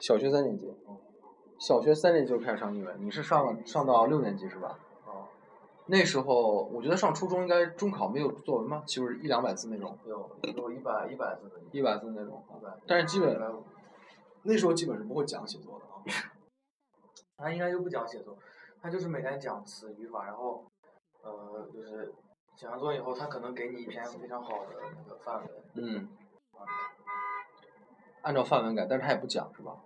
小学三年级，小学三年级就开始上英语，你是上了上到六年级是吧？哦，那时候我觉得上初中应该中考没有作文吗？就是一两百字那种，有有一百一百字的，一百字那种。一百，但是基本150那时候基本是不会讲写作的啊。他应该就不讲写作，他就是每天讲词语法，然后呃就是写完作业以后，他可能给你一篇非常好的那个范文，嗯，按照范文改，但是他也不讲是吧？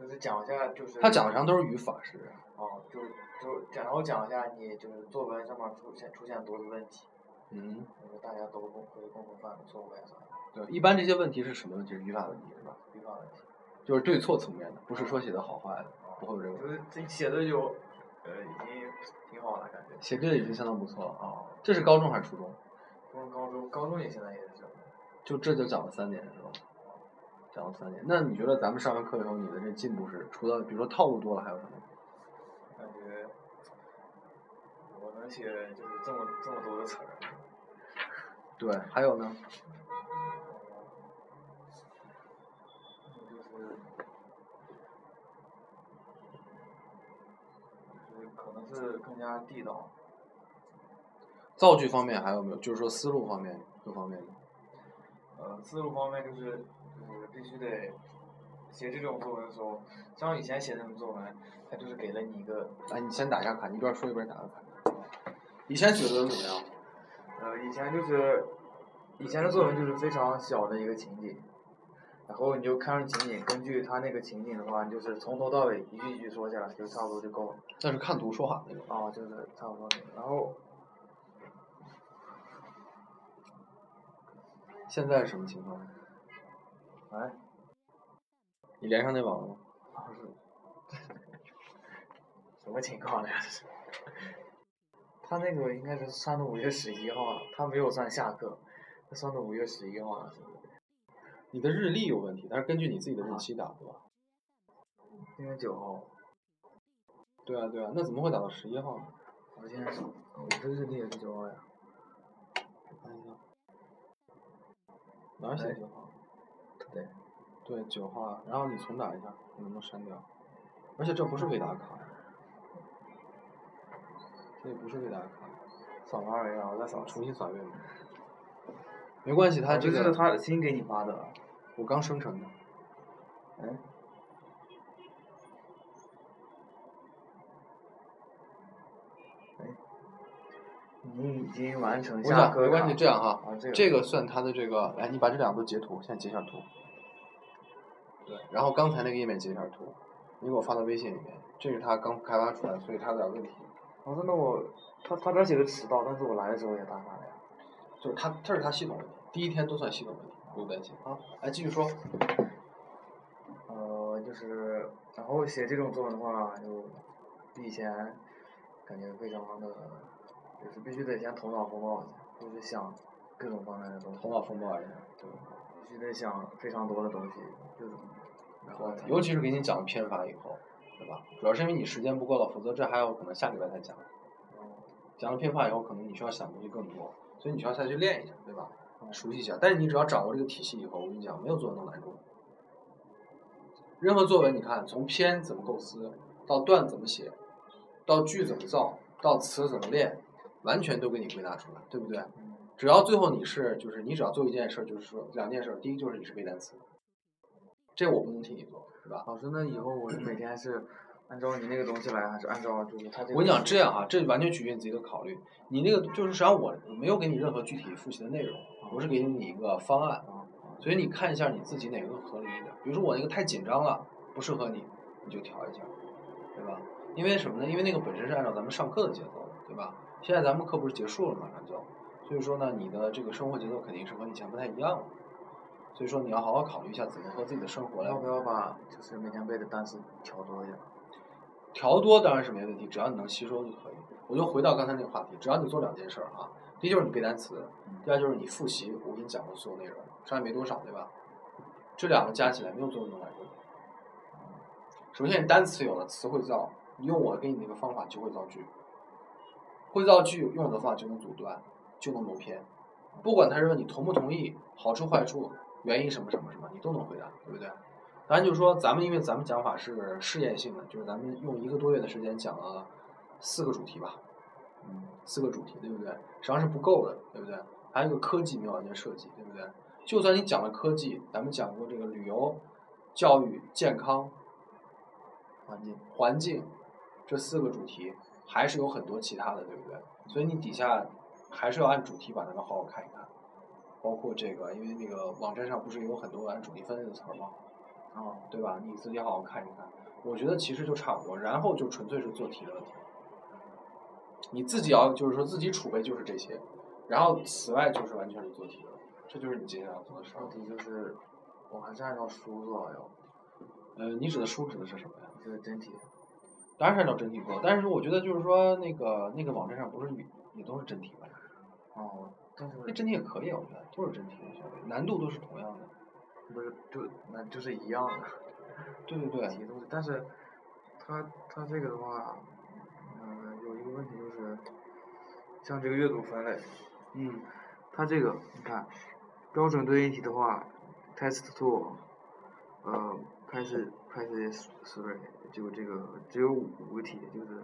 就是讲一下就是他讲的上都是语法，啊是不是？哦，就是就是讲然后讲一下你就是作文上面出现出现多的问题，嗯，就是大家都共会共同犯的错误呀啥的，对，一般这些问题是什么问题？是语法问题是吧？语法问题。哦就是对错层面的，不是说写的好坏的，不会有这个问题。就是这写的就呃已经挺好了感觉。写对的已经相当不错了啊！这是高中还是初中？初中、高中，高中也现在也是这样。就这就讲了三年是吧？讲了三年，那你觉得咱们上完课以后，你的这进步是除了比如说套路多了，还有什么？感觉我能写就是这么这么多的词儿，对，还有呢？就是就是可能是更加地道。造句方面还有没有？就是说思路方面各方面的。呃，思路方面就是就是必须得写这种作文的时候，像以前写那种作文，它就是给了你一个哎，你先打一下卡，你一边说一边打个卡。以前觉得怎么样？呃，以前就是，以前的作文就是非常小的一个情景，然后你就看上情景，根据他那个情景的话，你就是从头到尾一句一句说下来，就差不多就够了。那是看图说话那种。啊，就是差不多那个。然后现在是什么情况？哎，你连上那网了吗？不是， 什么情况呢？ 这是他那个应该是算到五月十一号了，他没有算下课，他算到五月十一号了，是不是？你的日历有问题，但是根据你自己的日期打对吧？今天九号，对啊对啊，那怎么会打到十一号呢？我今天是，我这日历也是九号呀。看一下，哪儿写哎九号？对，对九号啊，然后你重打一下，你能不能删掉？而且这不是未打卡，这也不是未打卡，哎扫码啊二维码，我再扫一次。重新扫一遍吧。没关系，他哦这是个他新给你发的啊。我刚生成的，嗯。哎你已经完成我下想课没关卡系，这样哈，啊，这个这个算他的这个，来，你把这两个都截图，现在截一下图。对，然后刚才那个页面截一下图，你给我发到微信里面，这是他刚开发出来的，所以他有点问题。哦，真的我，他他这儿写的迟到，但是我来的时候也打卡了呀。就是他，这是他系统问题，第一天都算系统问题，不用担心啊。来继续说，呃，就是，然后写这种作文的话，就比以前感觉非常的，就是必须得先头脑风暴一下，就是想各种方面的东西头，脑风暴一下，对，必须得想非常多的东西，就是，然后才尤其是给你讲了偏法以后，对吧？主要是因为你时间不够了，否则这还有可能下礼拜再讲。讲了偏法以后，可能你需要想的东西更多，所以你需要下去练一下，对吧？熟悉一下。但是你只要掌握这个体系以后，我跟你讲，没有作文能难住。任何作文，你看从篇怎么构思，到段怎么写，到句怎么造，到词怎么练，完全都给你归纳出来，对不对？嗯只要最后你是就是你只要做一件事，儿，就是说两件事，儿，第一就是你是背单词，这我不能替你做，是吧？老师，那以后我是每天是按照你那个东西来，还是按照就是他这个？我跟你讲，这样哈、啊这完全取决于你自己的考虑。你那个就是实际上我没有给你任何具体复习的内容，啊我是给你一个方案，啊，所以你看一下你自己哪个更合理一点。比如说我那个太紧张了，不适合你，你就调一下，对吧？因为什么呢？因为那个本身是按照咱们上课的节奏，对吧？现在咱们课不是结束了嘛，马上就，所以说呢，你的这个生活节奏肯定是和以前不太一样了。所以说你要好好考虑一下怎么和自己的生活来要不要把就是每天背的单词调多一点？调多当然是没问题，只要你能吸收就可以。我就回到刚才那个话题，只要你做两件事儿啊，第一就是你背单词，第二就是你复习我给你讲过所有内容，上面没多少对吧？这两个加起来没有作用能来用。首先你单词有了，词汇造，你用我给你那个方法就会造句，会造句用我的方法就能阻断，就能谋篇。不管他认为你同不同意，好处坏处，原因什么什么什么，你都能回答，对不对？咱就说咱们因为咱们讲法是试验性的，就是咱们用一个多月的时间讲了四个主题吧，嗯，四个主题，对不对？实际上是不够的，对不对？还有一个科技没有完全涉及，对不对？就算你讲了科技，咱们讲过这个旅游、教育、健康、环境，环境这四个主题，还是有很多其他的，对不对？所以你底下还是要按主题把它们好好看一看，包括这个，因为那个网站上不是有很多按主题分类的词儿吗？哦，对吧？你自己好好看一看。我觉得其实就差不多，然后就纯粹是做题的问题。你自己要就是说自己储备就是这些，然后此外就是完全是做题的，这就是你接下来要做的事儿上。题就是，我还是按照书做的哟，呃，你指的书指的是什么呀？就是真题。当然是按照真题做，但是我觉得就是说那个那个网站上不是也也都是真题吗？哦，但是那真题也可以啊，我觉得都是真题无所谓，难度都是同样的。不是就那就是一样的对对对，题都是，但是它它这个的话，嗯、有一个问题就是，像这个阅读分类，嗯，它这个你看，标准对应题的话，test two，呃，开始开始 three，就这个只有五个题，就是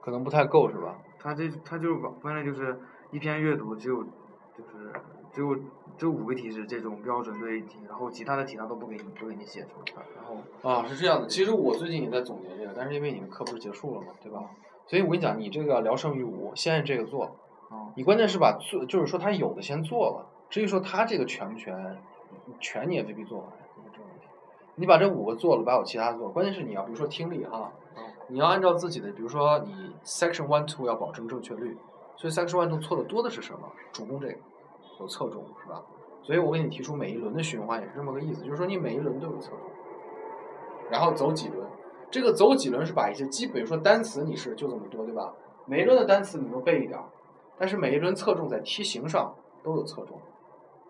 可能不太够是吧？它这它就是把分类就是一篇阅读只有就是只有这五个题是这种标准对应题，然后其他的题它都不给你不给你写出来，然后啊，是这样的。其实我最近也在总结这个，但是因为你的课不是结束了嘛，对吧？所以我跟你讲，你这个聊胜于无，先按这个做。啊你关键是把做，就是说他有的先做了，至于说他这个全不全，全你也未必做完，就是这个问题。你把这五个做了，把我其他做了，关键是你要比如说听力哈，哦你要按照自己的，比如说你 section one two 要保证正确率，所以 section one two 错的多的是什么？主攻这个有侧重是吧？所以我给你提出每一轮的循环也是这么个意思，就是说你每一轮都有侧重，然后走几轮，这个走几轮是把一些基本，比如说单词你是就这么多对吧？每一轮的单词你都背一点儿，但是每一轮侧重在题型上都有侧重，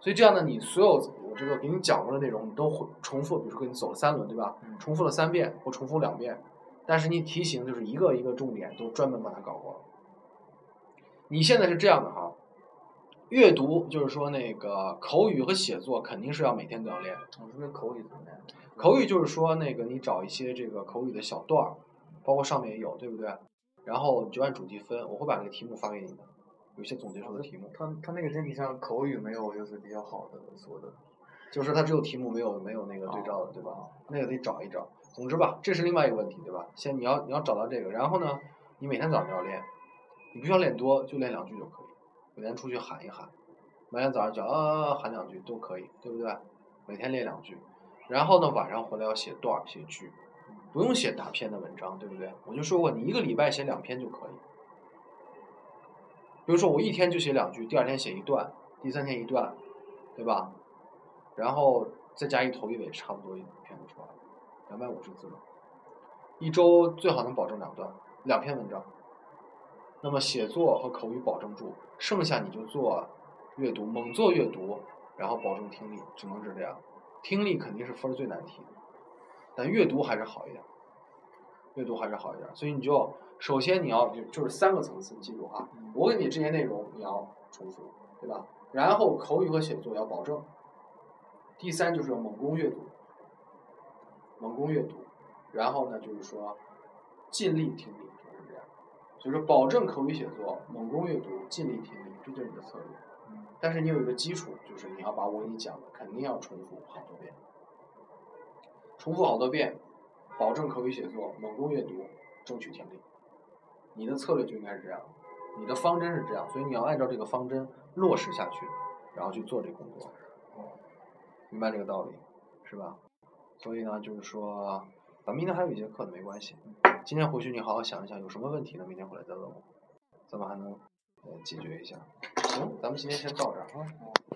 所以这样呢，你所有我这个给你讲过的内容，你都会重复，比如说给你走了三轮，对吧？嗯重复了三遍或重复两遍，但是你题型就是一个一个重点都专门把它搞过了。你现在是这样的哈，阅读就是说那个口语和写作肯定是要每天都要练，我说那口语怎么样？口语就是说那个你找一些这个口语的小段儿，包括上面也有，对不对？然后你就按主题分，我会把那个题目发给你的，有一些总结出的题目。他他那个真题上口语没有就是比较好的说的，就是它只有题目没有没有那个对照的，对吧？那个得找一找。总之吧，这是另外一个问题，对吧？先你要你要找到这个，然后呢，你每天早上要练，你不需要练多，就练两句就可以。每天出去喊一喊，每天早上就啊喊两句都可以，对不对？每天练两句，然后呢晚上回来要写段儿写句，不用写大篇的文章，对不对？我就说过，你一个礼拜写两篇就可以。比如说我一天就写两句，第二天写一段，第三天一段，对吧？然后再加一头一尾，差不多一篇就出来了，两百五十字嘛。一周最好能保证两段，两篇文章。那么写作和口语保证住，剩下你就做阅读，猛做阅读，然后保证听力，只能是这样。听力肯定是分儿最难题的，但阅读还是好一点，阅读还是好一点。所以你就首先你要就就是三个层次，你记住啊，我给你这些内容你要重复，对吧？然后口语和写作要保证，第三就是要猛攻阅读，猛攻阅读，然后呢就是说尽力听力，就是这样。所以说，保证口语写作，猛攻阅读，尽力听力，这就是你的策略。嗯但是你有一个基础，就是你要把我给你讲的肯定要重复好多遍，重复好多遍，保证口语写作，猛攻阅读，争取听力。你的策略就应该是这样，你的方针是这样，所以你要按照这个方针落实下去，然后去做这个工作。明白这个道理，是吧？所以呢，就是说，咱们明天还有一节课呢，没关系。今天回去你好好想一想，有什么问题呢？明天回来再问我，咱们还能呃解决一下。行，咱们今天先到这儿啊。